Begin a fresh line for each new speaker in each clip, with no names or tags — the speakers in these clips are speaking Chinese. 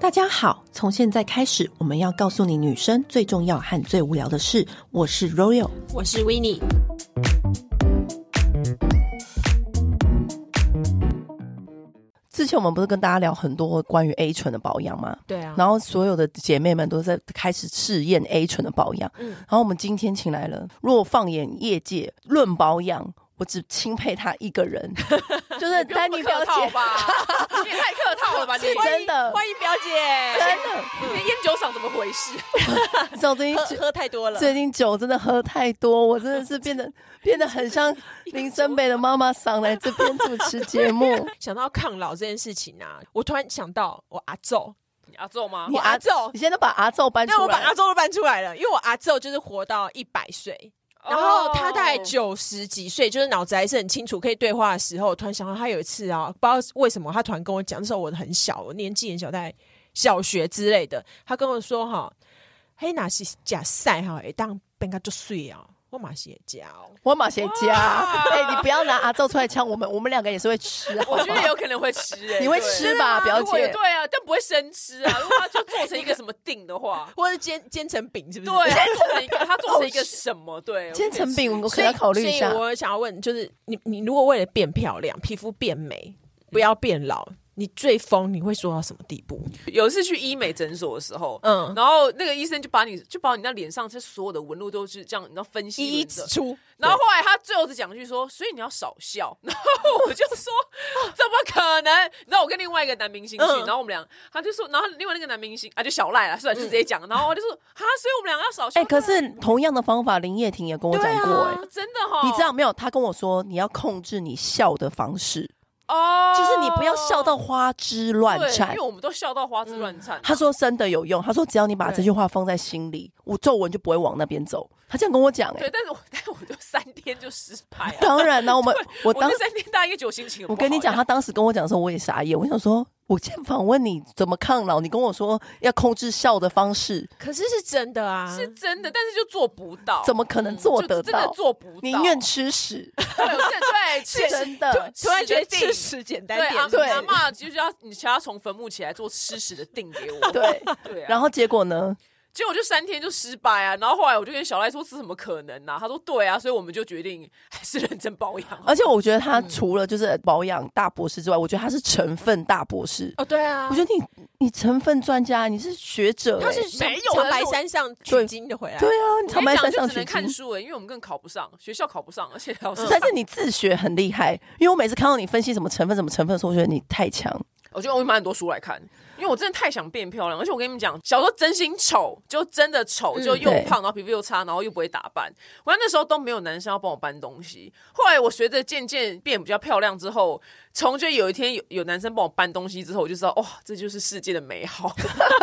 大家好，从现在开始，我们要告诉你女生最重要和最无聊的事。我是 Royal，
我是 w i n n i e
之前我们不是跟大家聊很多关于 A 醇的保养吗？
对啊，
然后所有的姐妹们都在开始试验 A 醇的保养。
嗯
然后我们今天请来了，如果放眼业界论保养，我只钦佩她一个 人，就是丹妮表姐，
吧， 你也太客套了吧？你
是真的
欢迎表姐，
真的，
你的烟酒嗓怎么回事？
赵真
喝喝太多了，
最近酒真的喝太多，我真的是变得变得很像林森北的妈妈桑来这边主持节目。
想到抗老这件事情啊，我突然想到我阿昼，
你阿昼吗
你？
我
阿
阿昼
你，现在都把阿昼搬
但
出
我把
来
阿，昼都搬出来了，因为我阿昼就是活到一百岁。然后他大概
哦
九十几岁，就是脑子还是很清楚，可以对话的时候，突然想到他有一次啊，不知道为什么他突然跟我讲，那时候我很小，我年纪很小，大概小学之类的，他跟我说哈，嘿，哪是假赛哈，哎，当变个就睡啊，我马是会假哦。，
我马鞋家。哎、你不要拿阿昼出来呛我们，我们两个也是会吃、啊。
我觉得有可能会吃、欸，
你会
对
吃吧，表
如果有
姐？
对啊，但不会生吃啊。如果他就做成一个什么定的话
或者煎煎成饼，是不是？
对，他做成一个，他做成一个什么？对，
煎哦成饼，我可
所
能
以
要考虑一下
所以。我想要问，就是你你如果为了变漂亮、皮肤变美，不要变老，你最疯你会说到什么地步？
有一次去医美诊所的时候，
嗯，
然后那个医生就把你就把你那脸上这所有的纹路都是这样，你知道分析
一一
轮着
指出。
然后后来他最后只讲一句说：“所以你要少笑。”然后我就 说：“怎么可能？”然后我跟另外一个男明星去，
嗯
然后我们俩他就说，然后另外那个男明星啊就小赖啦，是吧？就直接讲，然后我就说：“啊，所以我们俩要少
嗯
笑。啊
哎、可是同样的方法，林叶婷也跟我
对
讲
啊
过、哎、
真的哦哈、
你知道没有？她跟我说，你要控制你笑的方式，
哦，
就是你不要笑到花枝乱
对
颤
因为。我们都笑到花枝乱颤。
他说真的有用，他说只要你把这句话放在心里，我皱纹就不会往那边走。他这样跟我讲、欸，
对，但是我 但我就三天就失败了。
当然啦，我们 我
我
当
那三天大概就心情很不
我
好
跟你讲，
这样
他当时跟我讲的时候，我也傻眼，我想说，我现在访问你怎么抗老，你跟我说要控制笑的方式，
可是是真的啊，
是真的，但是就做不到，嗯
怎么可能做
就
得
真的
到？
做不到，
宁愿吃 屎，
对真的 对，确实
真的。
突然觉得
是的定
吃屎简单
对，
点，
阿
对
阿妈就是要你想要从坟墓起来做吃屎的定给我。
对，
对啊，
然
后
后结果呢？
结果就三天就失败啊，然后后来我就跟小赖说这怎么可能呢、啊？他说对啊，所以我们就决定还是认真保养。
而且我觉得他
嗯
除了就是保养大博士之外，我觉得他是成分大博士。
哦，对啊
我，觉得你你成分专家，你是学者、欸，
他是
没有
从
人
白
我
山上
对
取经的回来，
对啊，你长
我跟
白
你
山
讲，就
上
只
去
能看书欸了，因为我们更考不上，学校考不上，而且老师，
但是你自学很厉害，因为我每次看到你分析什么成分、什么成分的时候，我觉得你太强。
我觉得我会买很多书来看，因为我真的太想变漂亮。而且我跟你们讲，小时候真心丑，就真的丑，
嗯
就又
对
胖，然后皮肤又差，然后又不会打扮。我那时候都没有男生要帮我搬东西。后来我随着渐渐变比较漂亮之后，从就有一天有有男生帮我搬东西之后，我就知道哇、这就是世界的美好。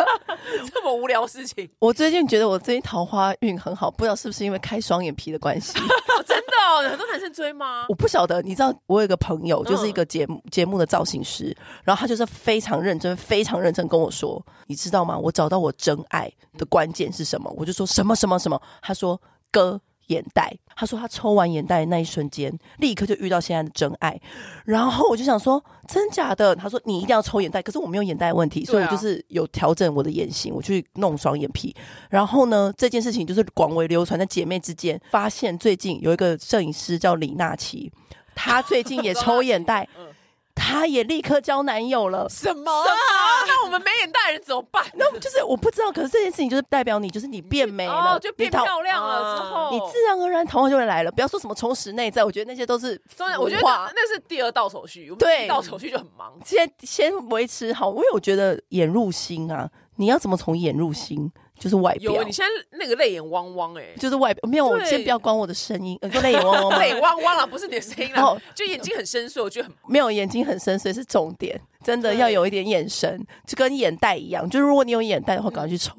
这么无聊的事情，
我最近觉得我最近桃花运很好，不知道是不是因为开双眼皮的关系，
哦真的哦，有很多男生追吗
我？不晓得。你知道，我有一个朋友，就是一个节目节目的造型师，然后他就是非常认真、非常认真跟我说，你知道吗？我找到我真爱的关键是什么？我就说什么什么什么，他说割。眼袋，他说他抽完眼袋的那一瞬间，立刻就遇到现在的真爱。然后我就想说，真假的？他说你一定要抽眼袋，可是我没有眼袋问题，所以
对
我
啊
就是有调整我的眼型，我去弄双眼皮。然后呢，这件事情就是广为流传在姐妹之间。发现最近有一个摄影师叫李娜琪，她最近也抽眼 袋
嗯，
她也立刻交男友了。
什么啊？
啊，那我们没眼袋的人怎么办？
那我就是我不知道，可是这件事情就是代表你，就是你变美了，
哦，就变
你桃啊
漂亮了之后，
你自然而然桃花就会来了。不要说什么充实内在，我觉得那些都是
真的，我觉得
浮夸
那那是第二道手续，我们
对
第一道手续就很忙。
先先维持好，因为我觉得眼入心啊，你要怎么从眼入心，就是外表
有，，你现在那个泪眼汪汪哎、
就是外表。没有，我
对
先不要管我的声音，呃，就泪眼汪 汪吗？
泪汪汪啦，不是你的声音啦
哦，
就眼睛很深邃，我觉得很
没有眼睛很深邃是重点，真的
对
要有一点眼神，就跟眼袋一样。就是如果你有眼袋的话，赶快去抽。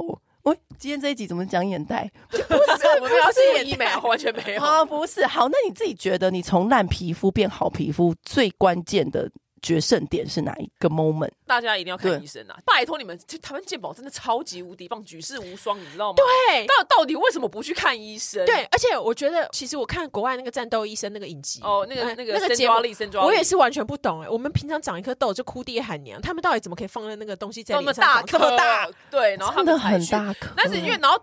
喂、今天这一集怎么讲眼袋？
不是我们要
不
是
是哦
医美啊，完全没有。
啊，不是，好，那你自己觉得你从烂皮肤变好皮肤最关键的决胜点是哪一个 moment？
大家一定要看
对
医生啊！拜托你们，这台湾健保真的超级无敌棒，举世无双，你知道吗？
对
到到底为什么不去看医生？
对，而且我觉得，其实我看国外那个战斗医生那个影集，
哦那个
哎
那个
那个节
Sandra
目
Lee，Sandra，
我
Lee
也是完全不懂哎。我们平常长一颗痘就哭爹喊娘，他们到底怎么可以放在那个东西在
那么
脸上
大
长这么
颗
大？，
对，然后他
真
们
的
才
很
去
大颗，
但是因为然后。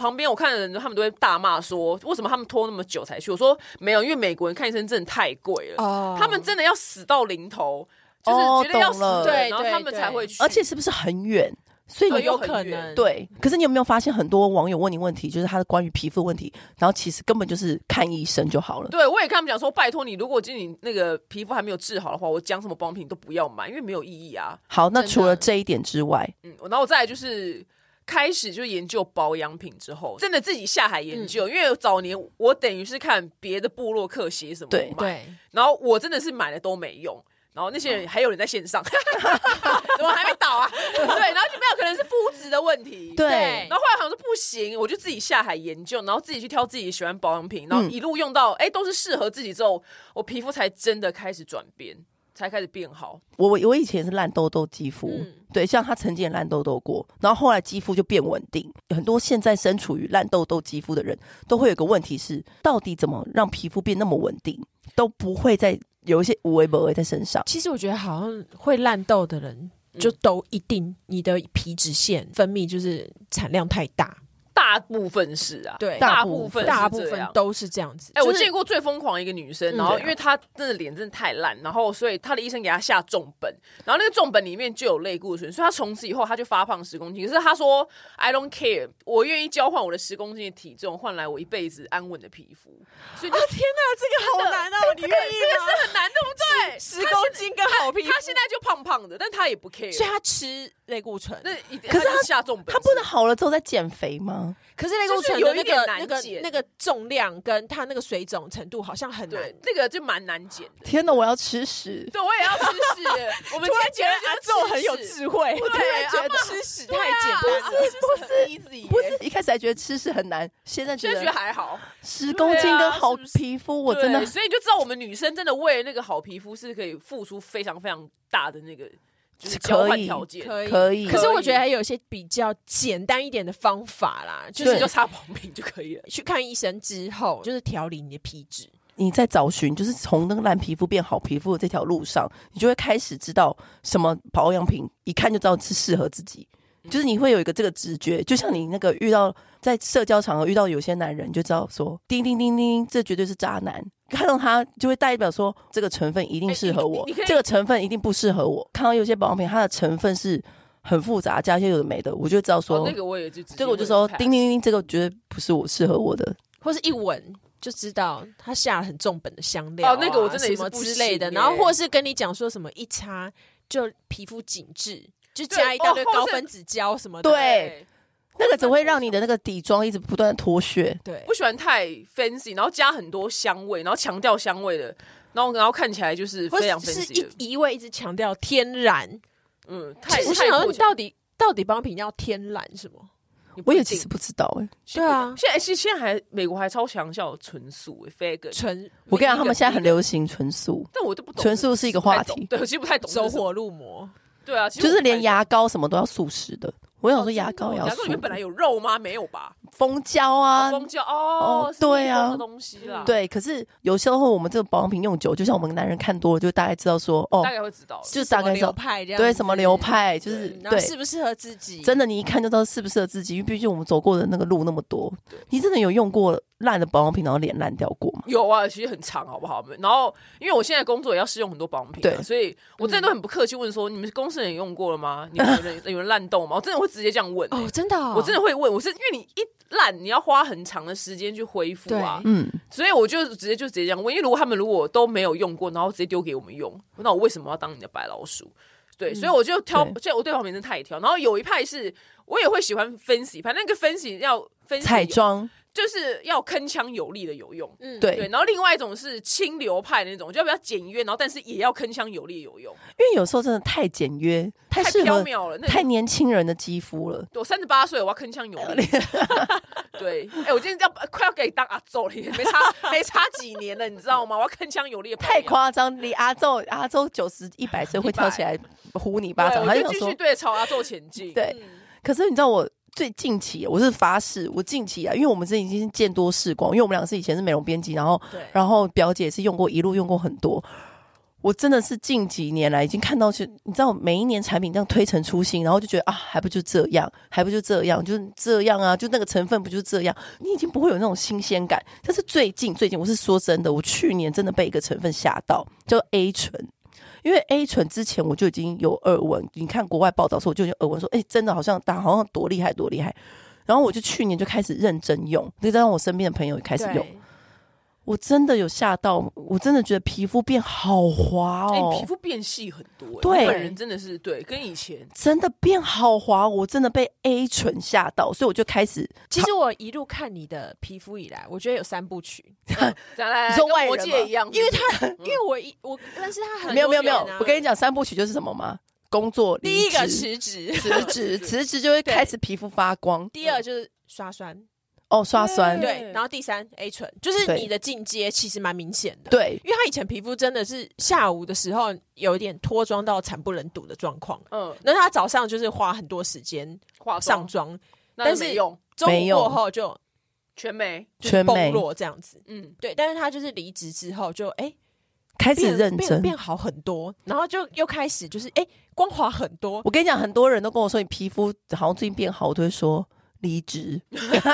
旁边我看的人，他们都会大骂说：“为什么他们拖那么久才去？”我说：“没有，因为美国人看医生真的太贵了，
哦
他们真的要死到临头，就是
哦
觉得要
懂
死
了
对，
对
然后
对
他们才
对
会去。
而且是不是很远？所以
呃
你
很有
又很
可
远
能，
对，可是你有没有发现很多网友问你问题，就是他的关于皮肤问题，然后其实根本就是看医生就好了。
对，我也跟他们讲说，拜托你，如果今天你那个皮肤还没有治好的话，我讲什么保养品都不要买，因为没有意义啊。
好，那
真的
除了这一点之外，
嗯，然后再来就是开始就研究保养品之后，真的自己下海研
嗯
究，因为早年我等于是看别的部落客写什么
对
买，
对，
然后我真的是买了都没用。然后那些人
嗯
还有人在线上， 怎么还没倒啊？对，然后就没有可能是肤质的问题。
对
然后后来好像说不行，我就自己下海研究，然后自己去挑自己喜欢保养品，然后
嗯
一路用到哎、都是适合自己之后，我皮肤才真的开始转变，才开始变好。
我我我以前也是烂痘痘肌肤，对，像他曾经也烂痘痘过，然后后来肌肤就变稳定。很多现在身处于烂痘痘肌肤的人，都会有个问题是，到底怎么让皮肤变那么稳定，都不会再有一些无为不为在身上。
其实我觉得好像会烂痘的人，
嗯
就都一定你的皮脂腺分泌就是产量太大，
大部分是啊，
对
大
大
部
部分
分是
大部
这
分
样
都是这样子。
哎、我
就是
见过最疯狂的一个女生，
嗯
然后
对啊
因为她真的脸真的太烂，然后所以她的医生给她下重本，然后那个重本里面就有类固醇，所以她从此以后她就发胖十公斤。可是她说 I don't care，我愿意交换我的十公斤的体重，换来我一辈子安稳的皮肤。所以就、
哦天哪，这个好难哦，你愿意吗？
这很难，对不对？
十公斤跟好皮肤
她现在就胖胖的，但她也不 care，
所以他吃类固醇，
那一定
可是
她就
她
下重本，
他不能好了之后再减肥吗？
可是类固
就是
醇
有
的
一
那
点
个
难
那个
减
那个重量跟它那个水肿程度好像很难
对。那个就蛮难 减的。
天哪，我要吃屎！
对，我也要吃屎。 我们今天觉得
慧，我
对 阿嬷
吃屎太简
不
单了。
是不是 easy，耶
不是一开始还觉得吃屎很难，现在觉
现在觉得
得
还好。
十公斤
对
跟
啊
好
是不是
皮肤，我
对，
真的
所以你就知道我们女生真的为了那个好皮肤是可以付出非常非常大的那个就是
是
交
可
换
以
条件，
可以
可以
可是我觉得还有一些比较简单一点的方法啦，就
就是
是
你就
就
擦保养品就可以了。
去看医生之后，就是调理你的皮脂。
你在找寻，就是从那个烂皮肤变好皮肤的这条路上，你就会开始知道什么保养品一看就知道是适合自己，
嗯
就是你会有一个这个直觉，就像你那个遇到在社交场合遇到有些男人，你就知道说叮叮叮叮，这绝对是渣男。看到他就会代表说，这个成分一定适合我
哎你你你可以，
这个成分一定不适合我。看到有些保养品，它的成分是很复杂，加一些有的没的，我就知道
哦
说，，
那个我也就直接
这个我就说
会 pass
叮叮叮，这个绝对不是我适合我的。
或是一闻就知道他下了很重本的香料、啊
哦那个我真的也是
什么
不
之类的，
行
然后
耶
或是跟你讲说什么一擦就皮肤紧致，就
对
加一大堆
哦或是
高分子胶什么的，
对，哎那个只会让
你
你的那个底妆一直不断地脱屑。
对
不喜欢太 fancy，然后加很多香味，然后强调香味的，然后然后看起来就是
或
非常
是是
fancy 的。
一一味一直强调天然，
嗯，太
其实我
太
想
过
问
强
到底到底保养品要天然什么？
你不
我
一
也
定
其实不知道哎、
对啊，
现在现现在还美国还超强效的纯素 f a g
纯
我跟你讲，他们现在很流行纯素，
但我都不懂
纯素是一个话题
不太懂对，我其实不太懂这
走
是什么。
火入魔，
对啊，其实
就
我哦
是
不太
连牙膏什么都要素食的。我想说牙膏哦也要
牙膏
素
里，面本来有肉吗？没有吧？
蜂胶啊，
蜂胶哦
哦，对啊
是一样的东西啦，，
对。可是有时候我们这个保养品用久，就像我们男人看多了，就大概知道说，哦
大，概会知道了。
就是
什
大
么
概知
流
道
派
啊
这样，嗯
对什么流，派，就是
然后
对。
适不适合自己？
真的，你一看就知道适不适合自己，因为毕竟我们走过的那个路那么多。你真的有用过烂的保养品，然后脸烂掉过吗？
有啊，其实很长，好不好？然后因为我现在工作也要试用很多保养品、啊，
对
所以我真的都很不客气问说，你们公司人用过了吗？ 你们有人有人烂痘吗？我真的会直接这样问、欸
哦，真的哦，
我真的会问，我是因为你一烂，你要花很长的时间去恢复啊，
对
嗯，
所以我就直接就直接这样问，因为如果他们如果都没有用过，然后直接丢给我们用，那我为什么要当你的白老鼠？对，所以我就挑，
嗯对
所以我对保养品真的太挑。然后有一派是我也会喜欢分析派，那个分析要分析
彩妆
就是要铿锵有力的有用。
嗯，
对
对，然后另外一种是清流派那种，就要比较简约，然后但是也要铿锵有力有用，
因为有时候真的太简约，太
太
适合
缥缈了。那
太年轻人的肌肤了。
我三十八岁，我要铿锵有力。对，哎、我今天要快要给你当阿揍了，也没差没差几年了，你知道吗？我要铿锵有力的表
太
演，
夸张！你阿周阿周九十一百岁会跳起来呼你一巴
对，
掌，他就
我就
想
继
说
续，对朝阿揍前进。嗯
对，可是你知道我最近期，我是发誓，我近期啊，因为我们是已经见多识广，因为我们两个是以前是美容编辑，然后
对
然后表姐也是用过，一路用过很多。我真的是近几年来已经看到是，你知道每一年产品这样推陈出新，然后就觉得啊，还不就这样，还不就这样，就是这样啊，就那个成分不就这样，你已经不会有那种新鲜感。但是最近最近，我是说真的，我去年真的被一个成分吓到，叫 A 醇。因为 A 醇之前我就已经有耳闻，你看国外报道的时候，我就有耳闻说，哎、真的好像打好像多厉害多厉害。然后我就去年就开始认真用，再加上我身边的朋友也开始用，我真的有吓到，我真的觉得皮肤变好滑
哎、
哦，
皮肤变细很多、哎
对
我本人真的是对，跟以前
真的变好滑，我真的被 A 醇吓到，所以我就开始，
其实我一路看你的皮肤以来，我觉得有三部曲，
咱来
你说
跟
外
魔
人
界
吗
一样，
因为他，因为我一我认识他很
嗯没有没有没
多
有
年啊，
我跟你讲三部曲就是什么吗？工作
第一个
离职
辞 职，
辞 职，辞职就会开始皮肤发光
第二就是刷酸，
哦，刷酸，
对
对，然后第三 A 醇，就是
对
你的进阶其实蛮明显的。
对
因为他以前皮肤真的是下午的时候有一点脱妆到惨不忍睹的状况，
嗯
那他早上就是花很多时间
化
上
妆，
妆，
但
但
是
是
没用，
中
没
午
有
过后就
全没。
就是
全
崩
美
落这样子。
嗯，
对，但是他就是离职之后就哎、
开始
变
认
变
真。
变好很多，然后就又开始就是哎、光滑很多，
我跟你讲，很多人都跟我说你皮肤好像最近变好，我都会说离职，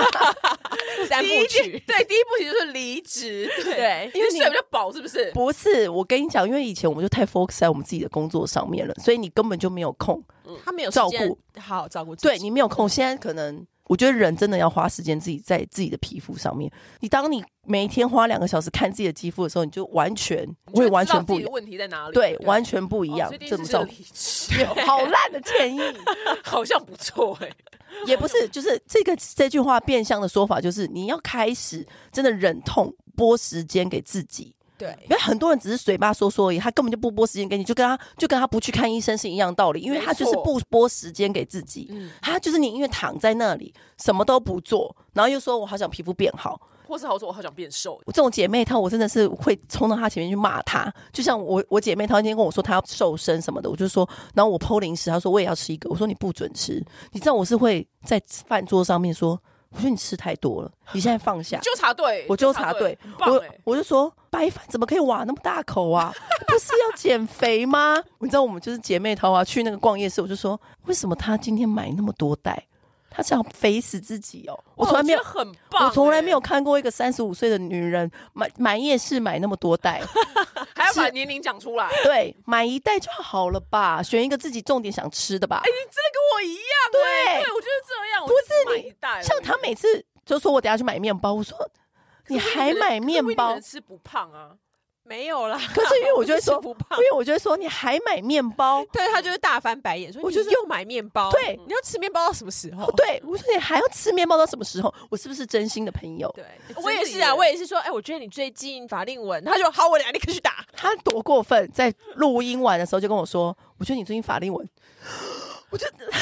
三部
第一句
曲
对，第一步其实就是离职，对，
对
因为睡比较饱，是不是？
不是，我跟你讲，因为以前我们就太 focus 在我们自己的工作上面了，所以你根本就没有空，
他没有时
照
间
顾
好好照顾自
对
己，
你没有空。现在可能，我觉得人真的要花时间自己在自己的皮肤上面。你当你每天花两个小时看自己的肌肤的时候，你就完全
你就
会完
知道
全不一
自己的
样，
问题在哪里？
对，完全不一
哦
样
所以第。一
这
步
么
是
照
离职
好烂的建议，
好像不错哎、
也不是，就是这个这句话变相的说法，就是你要开始真的忍痛拨时间给自己，
对
因为很多人只是嘴巴说说而已，他根本就不拨时间给你，就跟他就跟他不去看医生是一样道理，因为他就是
没错嗯
不拨时间给自己，他就是宁愿躺在那里什么都不做，然后又说我好想皮肤变好。
或是好说，我好想变瘦。
我这种姐妹淘，我真的是会冲到她前面去骂她。就像我我姐妹淘今天跟我说她要瘦身什么的，我就说，然后我剖零食，她说我也要吃一个，我说你不准吃。你知道我是会在饭桌上面说，我说你吃太多了，你现在放下。
纠察队，
我纠察队，
很棒
我
哎、
我就说白饭怎么可以挖那么大口啊？不是要减肥吗？ 你知道我们就是姐妹淘啊，去那个逛夜市，我就说为什么她今天买那么多袋？她想肥死自己哦！我
哇
从来没有
觉得很棒、
我从来没有
哎，
看过一个三十五岁的女人买买夜市买那么多袋，
还要把年龄讲出来，跟
对，买一袋就好了吧，选一个自己重点想吃的吧。
哎我一样哎、
对
对，，我就是这样，我
不
就是买
你
一袋而已。
像她每次就说我等下去买面包，我说你还买面
可是我一
包
个人，吃不胖啊？
没有啦。
可是因为我就会说
吃不胖
因，为我就会说你还买面包，
对他就是哦大翻白眼，说
我
你
就是
又买面包，
对
你要吃面包到什么时候？
哦对我说你还要吃面包到什么时候？ 我是不是真心的朋友？
对，
的
我也是啊，
耶
我也是说，哎，我觉得你最近法令纹，他就好，我俩立刻去打。
他多过分，在录音完的时候就跟我说，我觉得你最近法令纹，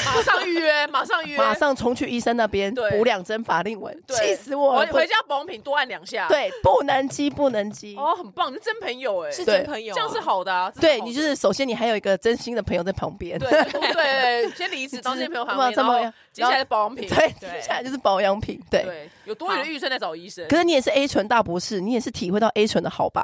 马上预约，马上预约，
马上冲去医生那边
对
补两针法令纹，
对哦
气死我了！
回回家保养品多按两下。，
对，不能激，不能激。
哦，很棒，你是真朋友哎、
是
对
真朋友啊、
这样是好的啊。这
对
好的
你就是，首先你还有一个真心的朋友在旁边，
对对对，对先离职，当这些朋友旁
哇
边，
这么
然后接下来的保养品，
对，
对
接下来就是保养品，对。
对，有多余的预算再找医生
可。是你也是 A 醇大博士，你也是体会到 A 醇的好吧？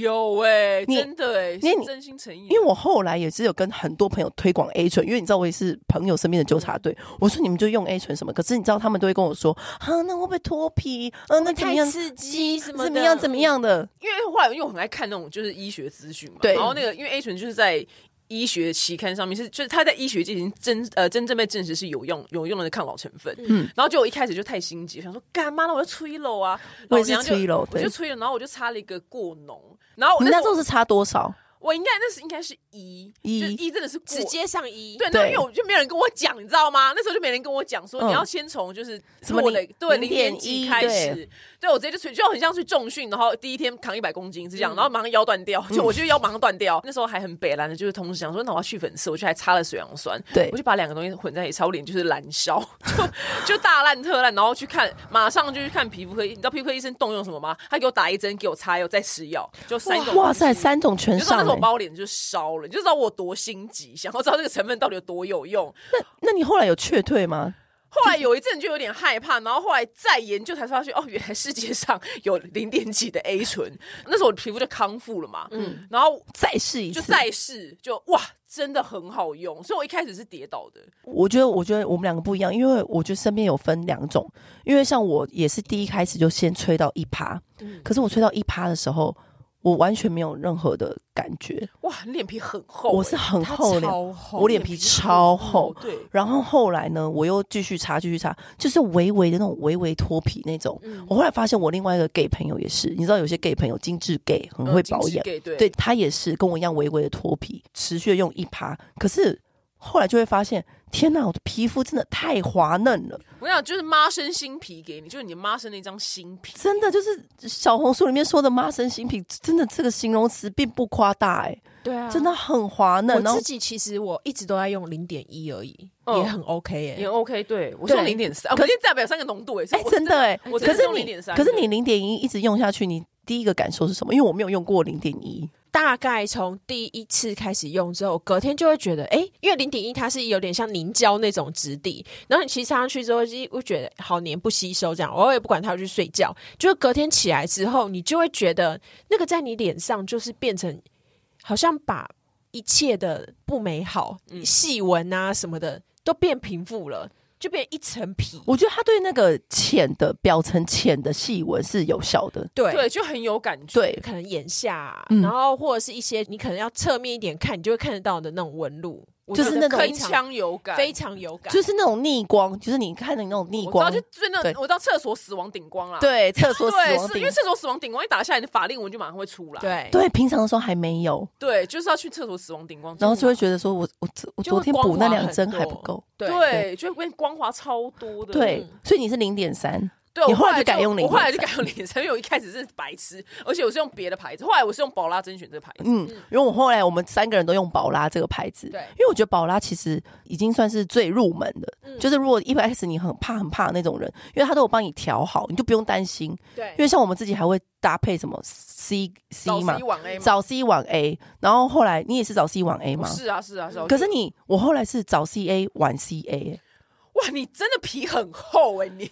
有哎、
你
真的哎、
因为
是
你
真心诚意。
因为我后来也是有跟很多朋友推广 A 醇，因为你知道我也是朋友身边的纠察队，
嗯
我说你们就用 A 醇什么，可是你知道他们都会跟我说，啊，那会不会脱皮？嗯、那怎么
太
样？
刺激什么
怎么样？怎么？样的？
因为后来因为我很爱看那种就是医学资讯嘛，
对
然后那个因为 A 醇就是在。医学期刊上面是，就是它在医学界已经真呃真正被证实是有用有用的抗老成分，嗯，然后就我一开始就太心急，想说干嘛呢？我就吹了啊，
我也是
老娘就
吹了
我
对
就吹了，然后我就擦了一个过浓，然后我
你那
那时
时
候
候是差多少？
我我应该那是应该是一，
一
就一真的是过
直接上一，
对，那
对
因为我就没有人跟我讲，你知道吗？那时候就没人跟我讲说，
嗯
你要先从就是
什么
弱的
零
对零
零
点
点
几
一
开始，对我直接就去，就很像去重训，然后第一天扛一百公斤是这样，
嗯
然后马上腰断掉，
嗯
就我就腰马上断掉。那时候还很北蓝的，就是同时想说，那我要去粉刺，我就还擦了水杨酸，
对
我就把两个东西混在一起，我脸就是燃烧，就就大烂特烂，然后去看，马上就去看皮肤科医，你知道皮肤科医生动用什么吗？他给我打一针，给我擦药，再吃药，就三种
哇
东
塞，
西
三种全
你就知道那
上
时候
欸、
我把我脸就烧了，你就知道我多心急，想要知道这个成分到底有多有用。
那你后来有撤退吗？
后来有一阵就有点害怕，然后后来再研究才发现，哦，原来世界上有零点几的 A 醇。那时候我的皮肤就康复了嘛，嗯，然后
再试一
就
次。
再试，就哇，真的很好用。所以我一开始是跌倒的，
我觉得，我觉得我们两个不一样，因为我觉得身边有分两种，因为像我也是第一开始就先吹到一趴，
嗯
可是我吹到一趴的时候，我完全没有任何的感觉，
哇，你脸皮很厚、
我是
欸
很
它
厚脸，
超厚
我脸皮
嗯
超厚。
对，
然后后来呢，我又继续擦，继续擦，就是微微的那种微微脱皮那种。我后来发现，我另外一个 gay 朋友也是，你知道有些 gay 朋友精致 gay 很
呃
会
精
保
致
养，
gay，对
对他也是跟我一样微微的脱皮，持续地用一趴。可是后来就会发现，天哪，我的皮肤真的太滑嫩了，
我想就是妈生新皮给你，就是你妈生那张新皮。
真的就是小红书里面说的“妈生新皮”，真的这个形容词并不夸大、欸，
对啊
真的很滑嫩。然
我
后
自己其实我一直都在用零点一而已，
嗯
也很 OK 耶、
也 OK，对我是用
对
零点三，我是代表三个浓度哎、欸，
哎、真的哎、
我
可
真的
是
用
你
0.3
可是
的
你零点一一直用下去，你第一个感受是什么？因为我没有用过零点一，
大概从第一次开始用之后，隔天就会觉得，哎、因为零点一它是有点像凝胶那种质地，然后你骑上去之后就会觉得好黏不吸收，这样偶尔也不管它我去睡觉，就是隔天起来之后，你就会觉得那个在你脸上就是变成好像把一切的不美好、
嗯
细纹啊什么的都变平复了，就变一层皮。
我觉得它对那个浅的表层浅的细纹是有效的。
对
对，就很有感觉。
对，
可能眼下啊，
嗯
然后或者是一些你可能要侧面一点看，你就会看得到的那种纹路，我
就是
觉得
那种
非
铿
常
锵有感，
非常有感。
就是那种逆光，就是你看的那种逆
我知道
光
就，最那
对
我到厕所死亡顶光啦。
对，厕所死
对，
亡
是因
顶
为。厕所死亡顶光一打下来，你的法令纹就马上会出来。
对，
对，平常的时候还没有，
对，就是要去厕所死亡顶光，
然后就会
真
觉得说我我我我
就会
昨天
光
补那
滑
两
很
针还
多
不够，
对
的
对
对，就会变光滑超多的。
对
嗯，
所以你是零点三，
对，
你
我后
后来就改用
我后来就
0.3
改用零三，因为我一开始是白痴，而且我是用别的牌子，后来我是用宝拉甄选这个牌子。
嗯，因为我后来我们三个人都用宝拉这个牌子，
对
因为我觉得宝拉其实已经算是最入门的，
嗯
就是如果一开始你很怕很怕那种人，因为他都有帮你调好，你就不用担心，因为像我们自己还会搭配什么 C C
早
嘛
C，晚 A 嘛，
早 C 晚 A，然后后来你也是早 C 晚 A
哦
吗？
是啊是啊是啊。
可是
就
你我后来是早 C A 晚 C A，欸
哇，你真的皮很厚哎，你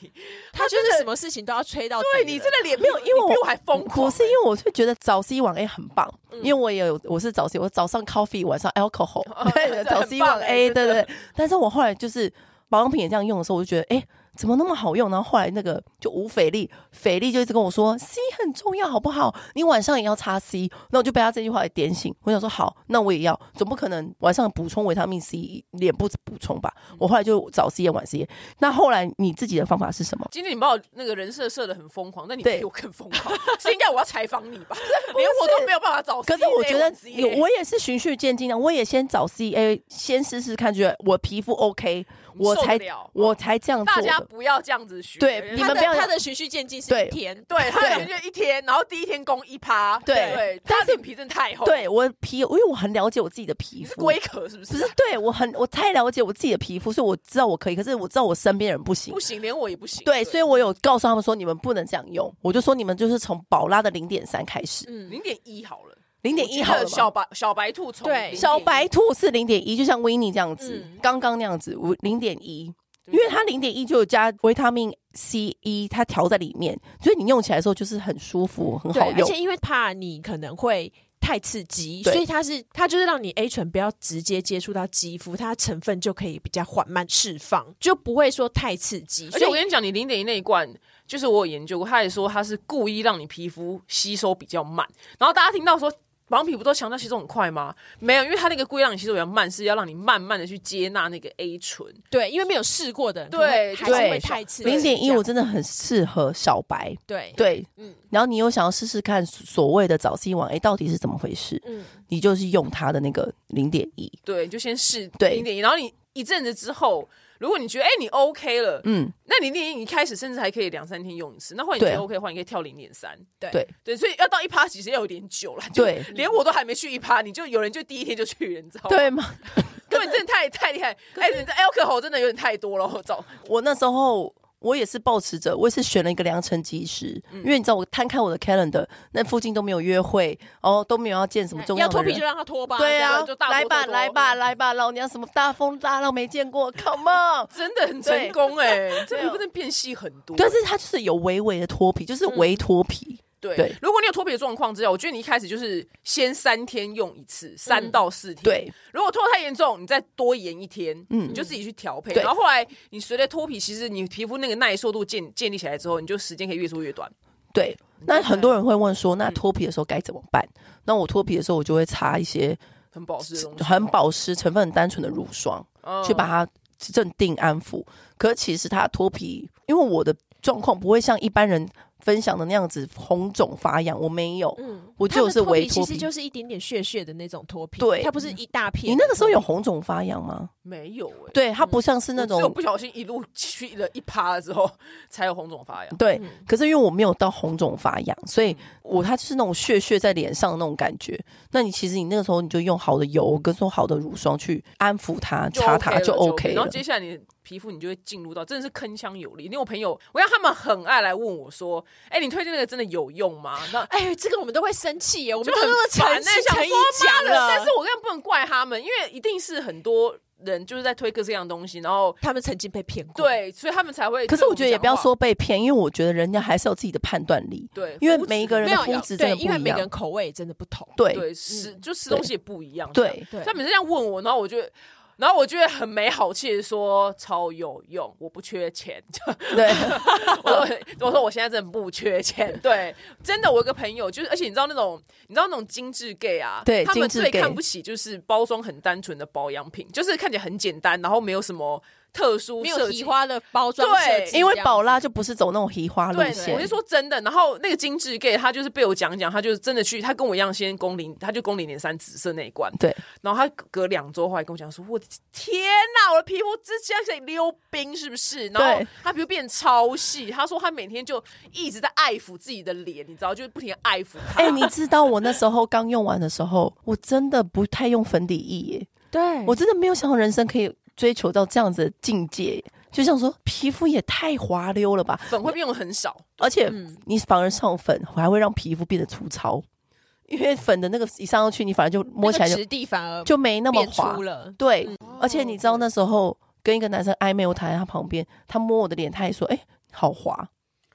他就是什么事情都要吹到底了，
对你真的脸没有，因
因为
我比我还疯
不
狂。欸嗯
是因为我是觉得早 C 晚 A 很棒，因为我也有我是早 C，我早上 coffee 晚上 alcohol，、
这
早
哦很
C
棒
晚
欸
A，
真
对
的
对。对但是我后来就是保养品也这样用的时候，我就觉得哎、诶怎么那么好用？然后后来那个就无斐力，斐力就一直跟我说 C 很重要，好不好？你晚上也要擦 C。那我就被他这句话给点醒，我想说好，那我也要，总不可能晚上补充维他命 C，脸部补充吧？
嗯
我后来就早 C 晚 C。那后来你自己的方法是什么？
今天你把我那个人设设的很疯狂，但你
对
比我更疯狂， 是应该我要采访你 吧？连我都没有办法找 C
可
类。
是我觉得
直接
有，我也是循序渐进啊的，我也先找 CA，先试试看，觉得我皮肤 OK，我
受得
才
了哦
我才这样
大
做
家
的。
不要这样子学，
对
因为
你
他
们
的
不要
他的循序渐进是
对
一天，
对他
对
连续一天，然后第一天攻一趴，
对
对，他脸皮真的太厚，，
对我皮，因为我很了解我自己的皮
你是
肤，
龟壳是
不
不是
是？对我很我太了解我自己的皮肤，所以我知道我可以，可是我知道我身边人不行
不。行，连我也不行，
对，所以我有告诉他们说你们不能这样用，我就说你们就是从宝拉的零点三开始，
零点嗯一好了，
零点一好了
我
嘛
记得小白小白兔从
对
0.1
小白兔是零点一，就像维尼这样子，
嗯
刚刚那样子，零点一，因为它零点一就有加维他命 C 一，它调在里面，所以你用起来的时候就是很舒服，很
对，
好
而
用。
且因为怕你可能会。太刺激，
对
所以它是它就是让你 A 醇不要直接接触到肌肤，它成分就可以比较缓慢释放，就不会说太刺激。
而且我
所以
跟你讲，你零点一那一罐，就是我有研究过，他也说他是故意让你皮肤吸收比较慢。然后大家听到说保养品不都强调吸收很快吗？没有，因为它那个故意让你吸收比较慢，是要让你慢慢的去接纳那个 A 醇。
对，因为没有试过的人，
对
可能会还是
对
会太刺激。
零点一，我
这
真
样
的很适合小白。
对
对，
嗯
然后你又想要试试看所谓的早 C 晚 A 到底是怎么回事，
嗯，
你就是用它的那个零点一，
对，你就先试
对
零点一，然后你一阵子之后，如果你觉得哎、你 OK 了，
嗯，
那你零点一你开始甚至还可以两三天用一次。那换你觉
对啊
得 OK 的话，你可以跳零点三。
对
对，所以要到一趴其实要有点久了。就
对
连我都还没去一趴，你就有人就第一天就去了，你知
哦
道吗？
对，吗？
根本真的太太厉害。哎、你的 alcohol 真的有点太多了，我走。
我那时候我也是抱持着，我也是选了一个良辰吉时，
嗯
因为你知道我摊开我的 calendar，那附近都没有约会，哦，都没有要见什么
哎
重
嗯要
要
脱
的
皮就
人。
让他脱吧。
对啊
要不然就大，多
来吧，
特多嗯
来吧，来吧，老娘什么大风大浪没见过，Come on！
真的很成功哎、这皮肤真的变细很多。
但是它就是有微微的脱皮，就是
嗯
微脱皮。
对，
对
如果你有脱皮的状况之下，我觉得你一开始就是先三天用一次，三到四天。
嗯对，
如果脱太严重，你再多延一天，
嗯
嗯，你就自己去调配。
对
然后后来你随着脱皮，其实你皮肤那个耐受度建建立起来之后，你就时间可以越缩越短。
对，
嗯
那很多人会问说，那脱皮的时候该怎么办？那我脱皮的时候，我就会擦一些
很保湿的东西，
很保湿、成分很单纯的乳霜，
嗯
去把它镇定安抚。可是其实它脱皮，因为我的状况不会像一般人分享的那样子红肿发痒，我没有，
嗯，
我就是
他的脱
微
皮，其
脱
实
皮。
就是一点点屑屑的那种脱皮，
对
它不是一大片。
你那个时候有红肿发痒吗？嗯
没有哎、
对，它不像是那
我只有
种
不小心一路去了一趴了之后，才有红肿发痒。
对
嗯，
可是因为我没有到红肿发痒，所以我它就是那种屑屑在脸上的那种感觉。那你其实你那个时候你就用好的油跟说好的乳霜去安抚它、擦它
就
就
OK 了
OK
然后
了。
接下来你的皮肤你就会进入到真的是铿锵有力。因为我朋友，我让他们很爱来问我说：“哎、你推荐那个真的有用吗？”
啊
那
哎，这个我们都会生气耶，我们
就
都
很
那么
烦
诚
欸
心
想
诚意
说
讲了，
但是我根本不能怪他们，因为一定是很多人就是在推各式各样的东西，然后
他们曾经被骗过。
对，所以他们才会。
可是我觉得也不要
讲话
说被骗，因为我觉得人家还是有自己的判断力。
对，
因为
肤质
每一个人
没
的
有
肤
有
质真的
对，因为
不一
每个人
样。
口味真的不同。
对
对吃就吃东西也不一样。这样，
对，
对
他，每次这样问我，然后我就。然后我觉得很没好气的说超有用，我不缺钱。
对，
我说我说我现在真的不 缺钱，对，真的，我有个朋友就是，而且你知道那种你知道那种精致 gay 啊，
对
他们
精致
最
gay
看不起就是包装很单纯的保养品，就是看起来很简单，然后没有什么特殊
没
设
有提
计。
花的包装
对
设计这样，
因为宝拉就不是走那种移花路
对，我
线
是，说真的。然后那个精致 gay 他就是被我讲讲，他就是真的去，他跟我一样先攻零，他就攻零点三紫色那一罐。
对，
然后他隔两周后来跟我讲说：“我的天呐，我的皮肤这像在溜冰是不是？”然后
对
他皮肤变超细，他说他每天就一直在爱抚自己的脸，你知道，就是不停地爱抚它。
哎、你知道我那时候刚用完的时候，我真的不太用粉底液耶，
嗯
对
我真的没有想到人生可以追求到这样子的境界耶，就想说皮肤也太滑溜了吧，
粉会不会用的很少，
而且
嗯
你反而上粉还会让皮肤变得粗糙，因为粉的那个一上上去，你反而就摸起来就
质地反而
就没那么
变
滑
粗，了。
对，
嗯
而且你知道那时候跟一个男生暧昧，我躺在他旁边，他摸我的脸，他也说：“哎、好滑，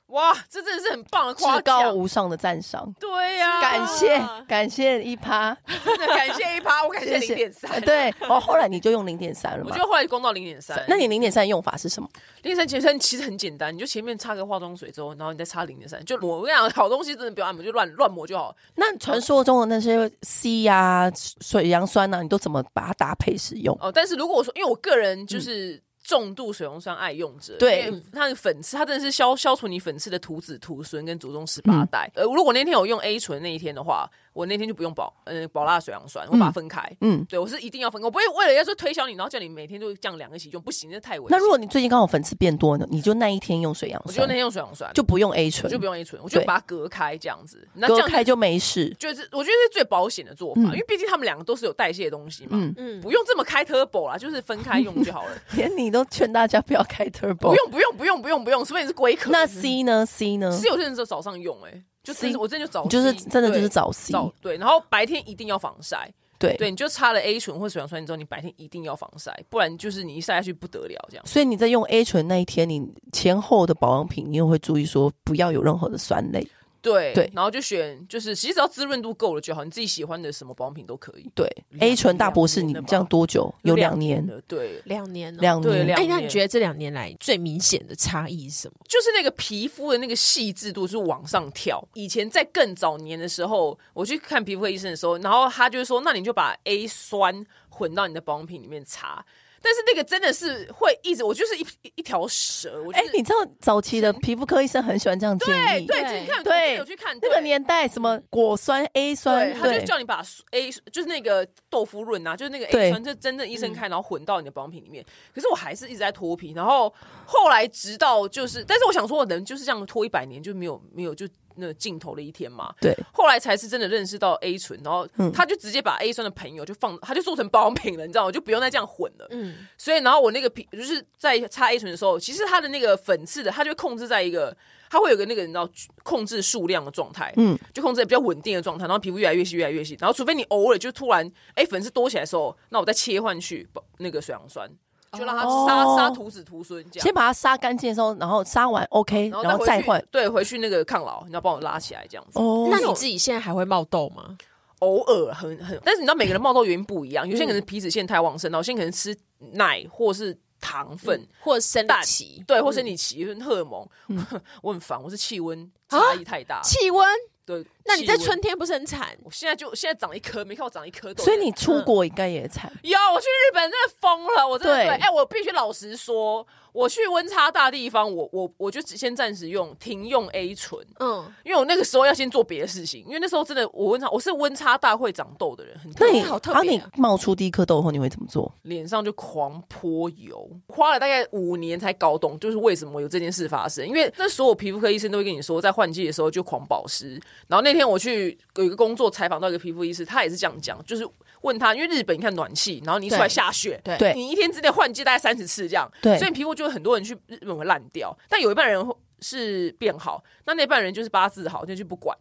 哇，这真的是很棒的夸
至高
奖。
无上的赞赏。
对呀、
感谢感谢一 趴，
真的感谢 一趴，我感谢
谢谢呃
啊零点三。
对，然后后来你就用零点三了
我
嘛呃
觉？得后来攻到零点三，
那你零点三用法是什么？
零点三其实其实很简单，你就前面擦个化妆水之后，然后你再擦零点三，就抹。我跟你讲，好东西真的不要按摩，就乱乱抹就好。
那传说中的那些 C 呀、水杨酸呐、啊你都怎么把它搭配使用？
哦，但是如果我说，因为我个人就是重度水溶酸爱用者，
嗯对
因为它的粉刺，它真的是消消除你粉刺的徒子徒孙跟祖宗十
嗯
八代。呃，如果那天有用 A 醇那一天的话，我那天就不用保呃宝拉水杨酸，我把它分开。
嗯，
对，我是一定要分开，我不会为了要说推销你，然后叫你每天就这样两个一起用，不行，那太危险。
那如果你最近刚好粉刺变多呢，你就那一天用水杨
我就
酸
那，天用水杨酸，
就
就
不用 A 醇，
就不用 A 醇，我就
对
把它隔开这样子，那这
隔
样
开就没事。
就是我觉得是最保险的做法，
嗯
因为毕竟他们两个都是有代谢的东西嘛，
嗯
嗯，
不用这么开 turbo 啦，就是分开用就好了。
连你都劝大家不要开 Turbo，
不用不用不用不用不用，除非你是龟壳。
嗯
那 C 呢？C 呢？
是有些人就早上用、欸，哎，就
C
是我真的就早
你
起，
就是真的就是
对
早 C，
早对，然后白天一定要防晒，
对
对，你就擦了 A 醇或水杨酸之后，你白天一定要防晒，不然就是你一晒下去不得了这样。
所以你在用 A 醇那一天，你前后的保养品，你也会注意说不要有任何的酸类。
对
对
然后就选就是其实只要滋润度够了就好，你自己喜欢的什么保养品都可以。
对
两
，A 醇大博士，
两
你
年了吧
这样多久？有两年，
了，对，
两年了。
两
对
年。
两
哎，
年
那你觉得这两年来最明显的差异是什么？
就是那个皮肤的那个细致度是往上跳。以前在更早年的时候，我去看皮肤科医生的时候，然后他就说，那你就把 A 酸混到你的保养品里面擦。但是那个真的是会一直，我就是一一一条蛇，我就
哎
是、，
你知道早期的皮肤科医生很喜欢这样建
对
议，
对，
对
自己看
哎对
我记得有去看
那个
对
年代什么果酸、A 酸
对，，他
对
就，叫你把 A 就是那个豆腐润啊，就是那个 A
对嗯
酸，就真正医生开，然后混到你的保养品里面。可是我还是一直在脱皮，然后后来直到就是，但是我想说，我能就是这样脱一百年就没有没有就那个尽头的一天嘛。
对，
后来才是真的认识到 A 醇，然后
嗯
他就直接把 A 酸的朋友就放，他就做成保养品了，你知道吗？就不用再这样混了。
嗯，
所以，然后我那个皮就是在擦 A 醇的时候，其实它的那个粉刺的，它就会控制在一个，它会有个那个你知道控制数量的状态，嗯
嗯，
就控制在比较稳定的状态，然后皮肤越来越细，越来越细，然后除非你偶尔就突然哎粉刺多起来的时候，那我再切换去那个水杨酸，就让它杀
哦
杀徒子徒孙这样，
先把它杀干净的时候，然后杀完 OK，然后
回
再
去
换。
对回去那个抗老，你要帮我拉起来这样子，
哦，
那你自己现在还会冒痘吗？
偶尔很很，但是你知道每个人冒痘原因不一样，有些人可能皮脂腺太旺盛，然后有些人可能吃奶或是糖分。
或者生理期？
对，或生理期、荷尔蒙， 我很烦，我是气温差异太大。
气温？
对，
那你在
气温
春，天不是很惨？
我现在就现在长了一颗，没看我长一颗痘。
所以你
嗯
出国应该也惨。
有我去日本真的疯了，我真的
对
对，哎、我必须老实说，我去温差大地方，我我我就只先暂时用停用 A 醇。
嗯，
因为我那个时候要先做别的事情，因为那时候真的我温差我是温差大会长痘的人，很
那你
好特
当
别
你
啊
冒出第一颗痘后，你会怎么做？
脸上就狂泼油，花了大概五年才搞懂，就是为什么有这件事发生。因为那所有皮肤科医生都会跟你说，在换季的时候就狂保湿。然后那天我去有一个工作采访到一个皮肤医师，他也是这样讲，就是问他，因为日本你看暖气，然后你一出来
对
下雪，
对
对
你一天之内换季大概三十次这样，
对
所以你皮肤就会很多人去日本会烂掉，但有一半人会是变好，那那半人就是八字好，那就 不管，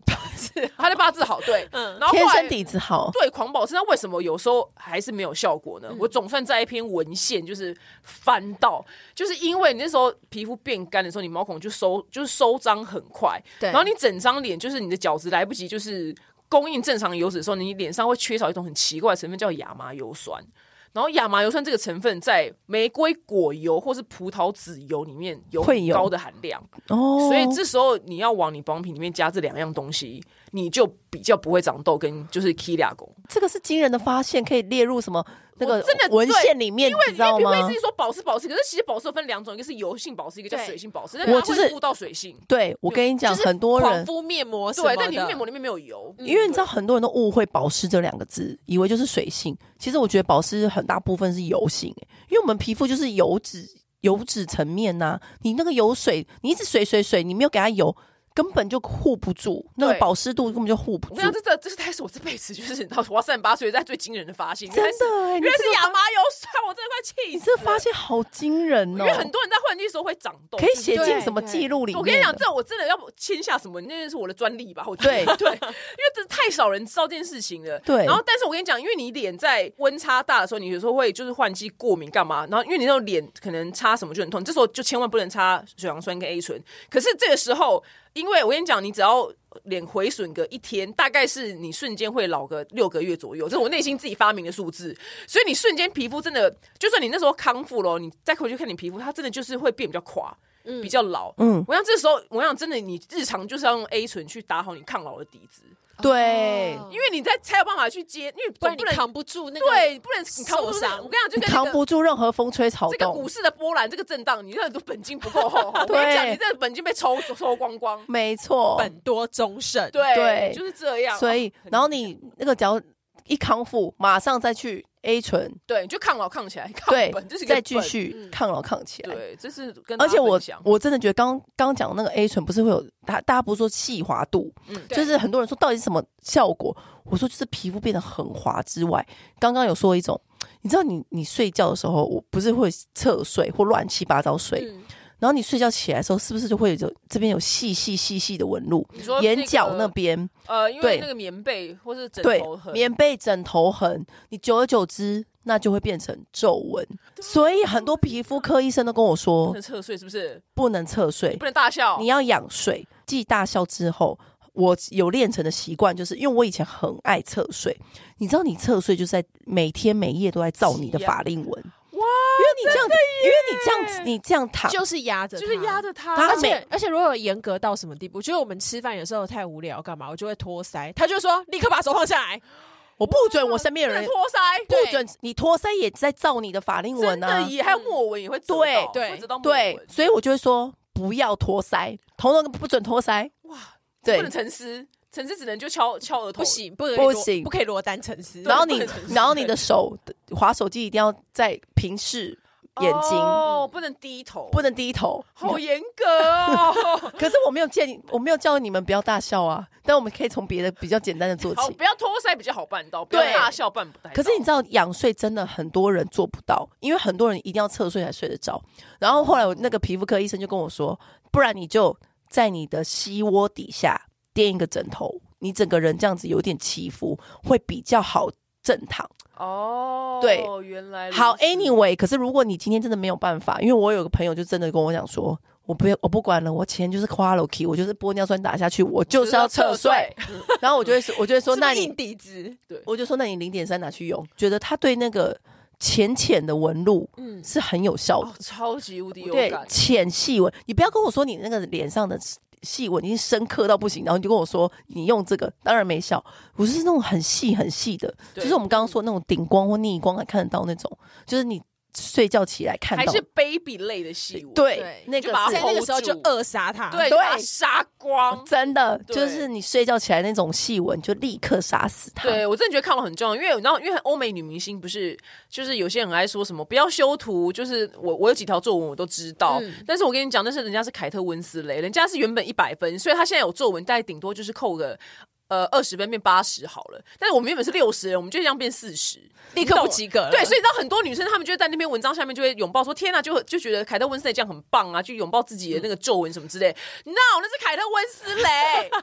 他的八字好，对，
嗯
然后后
天
来
生底子好，
啊对狂保湿，那为什么有时候还是没有效果
嗯
呢？我总算在一篇文献就是翻到，就是因为你那时候皮肤变干的时候，你毛孔就收就是收张很快，
对
然后你整张脸就是你的角质来不及就是供应正常油脂的时候，你脸上会缺少一种很奇怪的成分叫亚麻油酸。然后亚麻油酸这个成分在玫瑰果油或是葡萄籽油里面有
会
很
有
高的含量，
哦，
所以这时候你要往你保养品里面加这两样东西，你就比较不会长痘跟就是 k i l a 狗。
这个是惊人的发现，可以列入什么那
我
个
真的
文
对
献里面，你知道
因为
吗
皮肤科医？生说保湿保湿，可是其实保湿有分两种，一个是油性保湿，一个叫
对
水性保湿。但
我
它
就
会
是
顾到水性，
对，我跟你讲，
就是
很多
狂
人。
敷面膜什么
对，
的，
但你面膜里面没有油，
因为你
嗯
知道，很多人都误会“保湿”这两个字，以为就是水性。其实我觉得保湿很大部分是油性、欸因为我们皮肤就是油脂油脂层面呐、你那个油水，你一直水水水，你没有给它油，根本就护不住，那个
对
保湿度根本就护不
我
住
跟你。讲，这这这是开始我这辈子就是你知道，我三十八岁，但最惊人的发现，
真
原来是
的、欸，你
原来是
这个
亚麻油酸，我真的快气死了。
你这个发现好惊人
因
哦、
为很多人在换季的时候会长痘，
可以
就是
写进
对
什么
对
记录里面的？
我跟你讲，这我真的要签下什么？那是我的专利吧？我觉得
对
对，因为这太少人知道这件事情了。
对
然后，但是我跟你讲，因为你脸在温差大的时候，你有时候会就是换季过敏干嘛？然后，因为你那种脸可能擦什么就很痛，这时候就千万不能擦水杨酸跟 A 醇。可是这个时候，因为我跟你讲，你只要脸回损个一天，大概是你瞬间会老个六个月左右，这是我内心自己发明的数字。所以你瞬间皮肤真的，就算你那时候康复了，你再回去看你皮肤，它真的就是会变比较垮。比较老，嗯
嗯，
我想这时候，我想真的，你日常就是要用 A 醇去打好你抗老的底子，
对，
哦
因为你在才有办法去接，因为
不
总
然
嗯不
你
能
扛不住那个。
对，你不能你扛不住
受伤
我跟你讲，就
你
跟
扛
那个
不住任何风吹草
这个
动
股。市的波澜，这个震荡，你那个本金不够 厚，我跟你讲，
对
你这个本金被抽抽光光，
没错，
本多终身，
对，
对
就是这样。
所以
哦很
然后你那个只要一康复，马上再去 A 醇，
对，你就抗老抗起来，抗
对
本这是，一个
再继
本，
续
嗯
抗老抗起来。
对，这是跟大
而
家
且我
分享
我真的觉得刚刚讲那个 A 醇不是会有大大家不是说细滑度，
嗯
对
就是很多人说到底是什么效果？我说就是皮肤变得很滑之外，刚刚有说一种，你知道你你睡觉的时候，我不是会侧睡或乱七八糟睡，
嗯，
然后你睡觉起来的时候，是不是就会有一种这边有细细细细的纹路？
你说
眼
那
角
个
那边，
呃，因为
对
那个棉被或是枕
对
头很，
棉被、枕头痕，你久而久之，那就会变成皱纹。所以很多皮肤科医生都跟我
不
说，
能侧睡是不是？
不能侧睡
不，能大笑
你，要养睡。继大笑之后，我有练成的习惯，就是因为我以前很爱侧睡，你知道，你侧睡就是在每天每夜都在造你的
是啊
法令 纹，
哇，
因为你这样子，因为你这样子，你这样躺，
就是压着，
就是压。着他，
他
而
而
每
且
且而且，如果严格到什么地步，就是我们吃饭有时候太无聊干嘛，我就会托腮，他就说立刻把手放下来，
我不准我身边
不
的
能
人，
托腮，
不
对
准你托腮也在造你的法令
真
纹
的
啊，
也还有莫文也会折
对
到
对
会折到莫
对
文，，
所以我就会说不要托腮，统统不准托腮，
哇，
对
不能，沉思，沉思只能就敲敲额头，
不，行，不可以
不
裸
行
不可以裸单沉思。
然后
对
你
不能沉 思
然后你的手滑手机一定要在平视眼睛，嗯
哦，不能低头，
不能低头，
好严格 哦，
可是我没有建议，我没有叫你们不要大笑啊，但我们可以从别的比较简单的做
好，
起。
不要托腮比较好办到，不要
对
大笑办不太到。
可是你知道仰睡真的很多人做不到，因为很多人一定要侧睡才睡得着。然后后来我那个皮肤科医生就跟我说，不然你就在你的膝窝底下垫一个枕头，你整个人这样子有点起伏，会比较好正躺。
哦，
对，
原来如此
好，anyway，可是如果你今天真的没有办法，因为我有个朋友就真的跟我讲说，我不要，我不管了，我钱就是花了 key，我就是玻尿酸打下去，我就是要侧睡。，然后我就会说，我就会说，
是不是
那你
硬底子，
我就说，那你零点三拿去用，觉得它对那个浅浅的纹路
嗯，
是很有效的
哦，，超级无敌有
对
感，
浅细纹。你不要跟我说你那个脸上的细纹已经深刻到不行，然后你就跟我说你用这个当然没效。我是那种很细很细的，
对嗯
就是我们刚刚说那种顶光或逆光还看得到那种，就是你睡觉起来看
还
到
是 baby 类的细纹，
对
对
那
就
个
把它
是
在那个时候
hold
就
住
扼杀他。
对，
啊对哦
把它杀光。
真的，
对
就是你睡觉起来那种细纹就立刻杀死它。
对我真的觉得抗老很重要，因为你知道，因为欧美女明星不是就是有些人很爱说什么不要修图，就是我我有几条皱纹我都知道，
嗯
但是我跟你讲，那是人家是凯特温斯雷，人家是原本一百分，所以她现在有皱纹，大概顶多就是扣个。呃，二十分变八十好了，但是我们原本是六十，我们就这样变四十，
立刻不及格了
对，所以你知道很多女生她们就会在那篇文章下面就会拥抱说：“天呐，就就觉得凯特温斯雷这样很棒啊，就拥抱自己的那个皱纹什么之类。No，那是凯特温斯雷，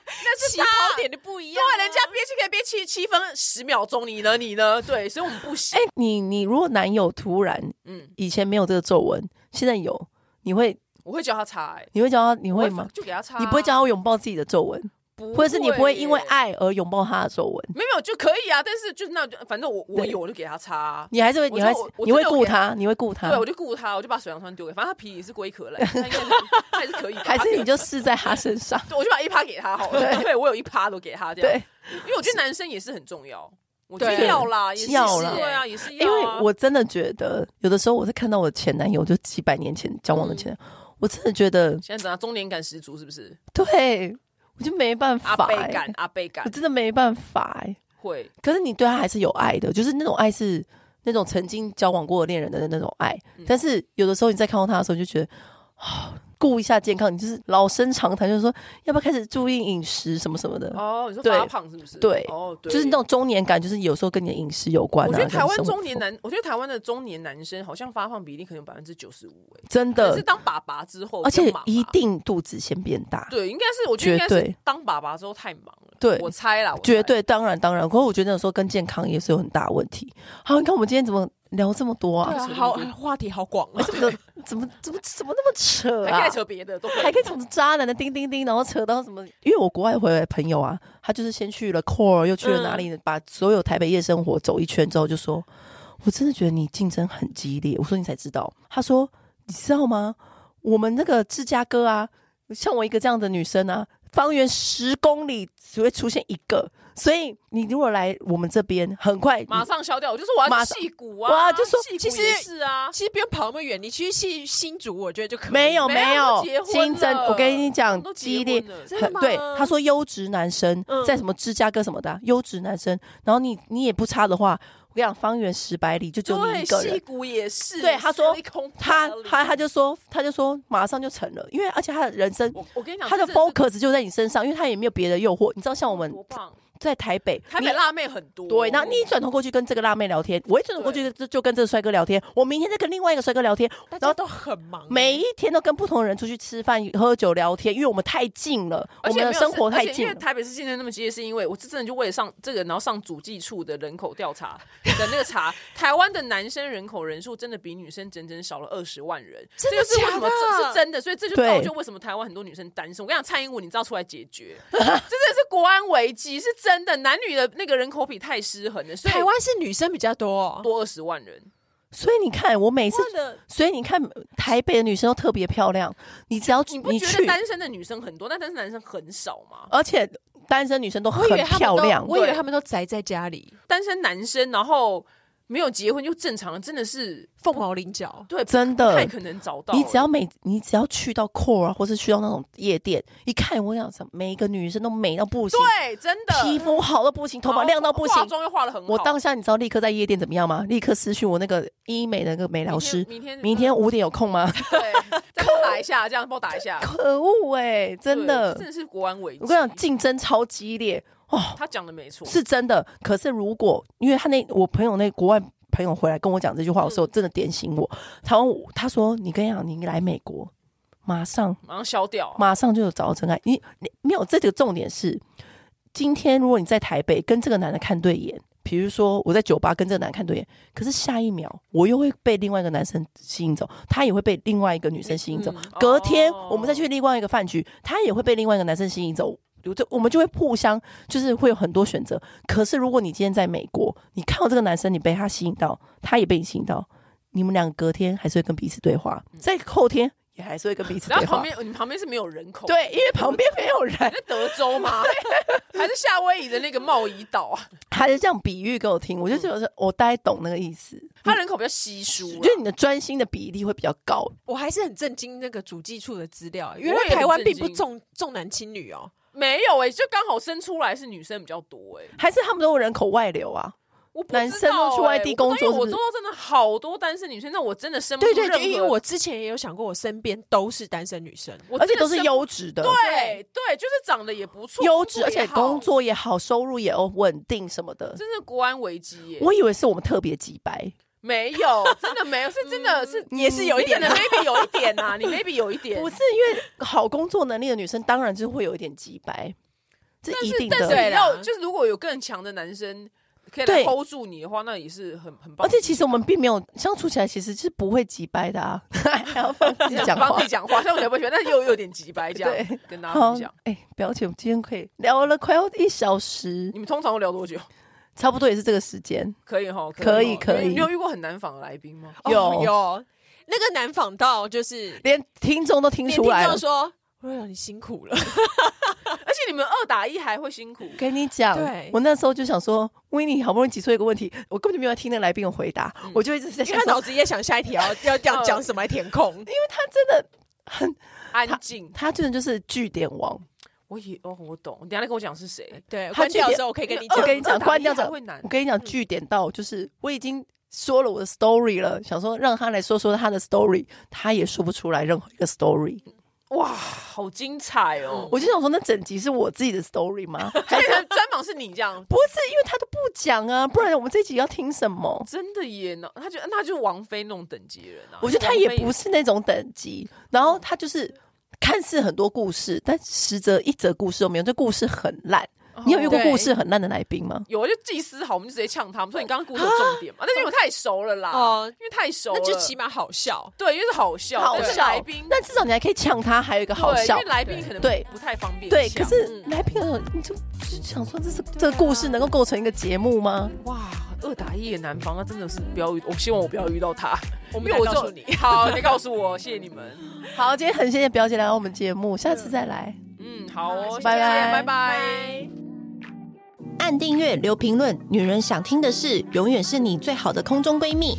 那是
起
她
跑点就不一样啊。
对，人家憋气可以憋七七分十秒钟，你呢？你呢？对，所以我们不行。
哎、你你如果男友突然
嗯，
以前没有这个皱纹，现在有，你会
我会叫他擦、哎，
你会叫他你
我
会吗？
就给他擦、啊
你不会叫，他拥抱自己的皱纹，
不
或者是你不会因为啊
耶。
爱而拥抱他的皱纹，
没有没有就可以啊，但是就是那就反正我我
对
有我就给他擦啊、
你还是会
我
你
觉得
还
我我
你会
真的有
顾
给他
他，你会顾他
对，，我就顾他，我就把水杨酸丢给，反正他皮也是龟壳来，他应该是他还是可以的，
还
他可
是
以
你就试在他身
。
上
对我就把一趴给他好了，
对
对我有一趴都给他这样
对，，
因为我觉得男生也是很重要，我觉
对
得要啦，也是
要啦
对啊，也是
因
要、啊，
为我真的觉得，有的时候我是看到我前男友，就几百年前交往的前男
嗯
友，我真的觉得，
现在怎样中年感十足，是不是？
对我就没办
阿
法、
贝
欸
感，，阿贝感
我真的没办法哎、
会
可是你对他还是有爱的，就是那种爱是那种曾经交往过的恋人的那种爱。
嗯
但是有的时候你再看到他的时候，你就觉得啊，顾一下健康，你就是老生常谈，就是说要不要开始注意饮食什么什么的。
哦，你说
对
发胖是不是？
对
哦，对，
就是那种中年感，就是有时候跟你的饮食有关、啊。
我觉得台湾
跟生活
中年男，我觉得台湾的中年男生好像发胖比例可能有百分之九十五，哎，
真
可
的
是，当爸爸之后比
而
较
且
忙吧，
一定肚子先变大，
对，应该是我觉得应该
绝对
是当爸爸之后太忙了，
对
我猜啦，我猜
绝对当然当然。可是我觉得有时候跟健康也是有很大问题。好，你看我们今天怎么聊这么多
对
啊？
啊，好 话题好广啊。
怎么怎么怎么怎么那么扯啊？
还可以扯别的，都可 以
还可以从渣男的叮叮叮，然后扯到什么？因为我国外回来的朋友啊，他就是先去了 Core，又去了哪里，把所有台北夜生活走一圈之后，就说：“我真的觉得你竞争很激烈。”我说：“你才知道。”他说：“你知道吗？我们那个芝加哥啊，像我一个这样的女生啊，方圆十公里只会出现一个，所以你如果来我们这边，很快你
马上消掉。我就说我
马
要
上
戏骨
哇
啊，
就说
戏
其
骨
实
也是啊，
其实不用跑那么远，你去新新竹，我觉得就可以。
没有
没有
没有
结婚
竞争。
了
我跟你讲
都，
激
结
烈
婚了，
真的
很
吗
对，他说优质男生
嗯
在什么芝加哥什么的啊、优质男生，然后你你也不差的话，我跟你讲，方圆十百里就只有你
对，
一个
戏
人。
骨也是。
对他说
Silicon
他
Valley
他他就说，他就说，马上就成了，因为而且他的人生，
我我跟你讲，
他的
这真是
focus 就在你身上，因为他也没有别的诱惑。你知道，像我们
多棒，
在台北，
台
你
北辣妹很多，
对，那你一转头过去跟这个辣妹聊天，我一转头过去就就跟这个帅哥聊天，我明天再跟另外一个帅哥聊天，
大
然
家
后
都很忙，欸
每一天都跟不同的人出去吃饭、喝酒、聊天，因为我们太近了，我
而且
们的
没有
生活
是而
太
且
近
因为
了。
台北市竞争那么激烈，是因为我是真的就为了上这个，然后上主计处的人口调查的那 个查，台湾的男生人口人数真的比女生整整少了二十万人，
真的
这就是为什
假的
么这是真的，所以这就
对
造就为什么台湾很多女生单身。我跟你讲，蔡英文你知道出来解决， 这真的是国安危机，是真的，男女的那个人口比太失衡了，所以
台湾是女生比较多，哦
多二十万人，
所以你看，我每次，
的
所以你看台北的女生都特别漂亮，你只要
你不
你
觉得
去，
单身的女生很多，但单身男生很少吗？
而且单身女生都
我
很
以为他
漂
们
亮
都，我以为
对
他们都宅在家里，
单身男生然后没有结婚就正常，真的是
凤毛麟角。
对
真
不太
的。
可能找到
呃
了。欸
你只要每你只要去到 core 啊，或是去到那种夜店，一看我想什么，每一个女生都美到不行，
对，真的
皮肤好到不行，头发亮到不
然后
行
化，妆又化的很好。
我当下你知道立刻在夜店怎么样吗？立刻私讯我那个医美的那个美疗师，
明天
明天五点有空吗？
对，再帮我打一下，这样帮我打一下，
可恶哎、 真
对这真
的，
的是国安危机。
我跟你讲，竞争超激烈哦，
他讲的没错，
是真的。可是如果因为他那我朋友那国外朋友回来跟我讲这句话的时候，真的点醒我。他问我他说：“你跟你讲，你来美国，马上
马上消掉啊。
马上就有找到真爱。你你没有这个重点是，今天如果你在台北跟这个男的看对眼，比如说我在酒吧跟这个男的看对眼，可是下一秒我又会被另外一个男生吸引走，他也会被另外一个女生吸引走。
嗯
隔天
哦
我们再去另外一个饭局，他也会被另外一个男生吸引走。我就我们就会互相，就是会有很多选择。可是如果你今天在美国，你看到这个男生，你被他吸引到，他也被你吸引到，你们两个隔天还是会跟彼此对话，在后天也还是会跟彼此
嗯然
对
后
话
旁。边 你旁边是没有人口，，
对，因为旁边没有人，
在德 州吗？还是夏威夷的那个贸易岛啊？
他就这样比喻给我听，我就觉得是我大概懂那个意思，
它人口比较稀疏啊啦，
嗯就是你的专心的比例会比较高。
我还是很震惊那个主计处的资料，
也
原
很
来台湾并
震
不
惊
重重男轻女哦。
没有哎，就刚好生出来是女生比较多哎。
还是他们都有人口外流啊？
我不知道
男生都去外地
欸我不
工
知道
作
因为我
是不是
周遭真的好多单身女生，那我真的生不
对
出
对，
任何
就因为我呃之前也有想过，我身边都是单身女生，
我
而
真的
且都是
生不
优质的，
对对，就是长得也不错，
优
工
质，
作
而
也
且
好
工作也好，收入也稳定什么的。
真是国安危机耶！
我以为是我们特别几白，
没有，真的没有，是真的是
嗯也是有一
你可
点啊
能 maybe 有一点呐，你 maybe 有一点
不是因为好工作能力的女生，当然就会有一点几白，这一定
但是
的。
对
你要
啦
就是如果有更强的男生可以来
对
hold 住你的话，那也是很很棒。
而且其实我们并没有相处起来，其实是不会几白的 啊，还要放自己讲
帮
话
自己。讲话，虽然我也不喜欢，但是又有点急白这样
对
跟大家
好
分享。，
哎、表姐，我们今天可以聊了快要一小时
嗯
你，们通常会聊多久？
差不多也是这个时间。
可以哈，
可以
齁
可以
你有遇过很难访的来宾吗？
哦
有
有那个难访到就是
连听众都听出来
连听
了
众。说，瑞阳你辛苦了，
而且你们二打一还会辛苦，
跟你讲
对，
我那时候就想说，维尼好不容易提出一个问题，我根本就没有听那个来宾的回答，我就一直在
因
想
为他
说，
嗯脑子也想哦下一题 要要要讲什么来填空。
因为他真的，
安静。
他真的就是据点王。
我也哦，我懂。你等一下再跟我讲是谁。
对，
他
关掉
据点
的时候我可以跟你
我
讲。
跟你讲，
二打一
关掉
还
这
会难
我跟你讲，据点到就是我已经说了我的 story 了，想说让他来说说他的 story，他也说不出来任何一个 story。
哇，好精彩哦！
我就想说，那整集是我自己的 story 吗？
这个专访是你这样，
不是，因为他都不讲啊，不然我们这集要听什么？
真的耶，那他就那他就是王菲那种等级人啊。
我觉得他也不
王菲
是那种等级，然后他就是看似很多故事，但实则一则故事都没有，这故事很烂。你有遇
哦
过
对
故事很烂的来宾吗？
有，就祭司好，我们就直接呛他们。所以你刚刚故事有重
哦
点嘛，但是因为我太熟了啦，
哦
因为太熟了，
那就起码好笑。
对，因为是好笑，
好
但是
笑
来宾
但至少你还可以呛他，还有一个好
对
笑
因为。来宾可能
对
不太方便
对，可
呛
是
嗯
来宾的时候，你就就想说，这是这个故事能够构成一个节目吗？
哇，二打一也难防，那啊真的是不要遇，我希望我不要遇到他，
我们
因为
来
我
告诉
就
你，
好，你告诉我，谢谢你们，
好，今天很谢谢表姐来到我们节目，下次再来。
嗯，好哦，谢谢
拜拜
拜拜。
按订阅，留评论，女人想听的事，永远是你最好的空中闺蜜。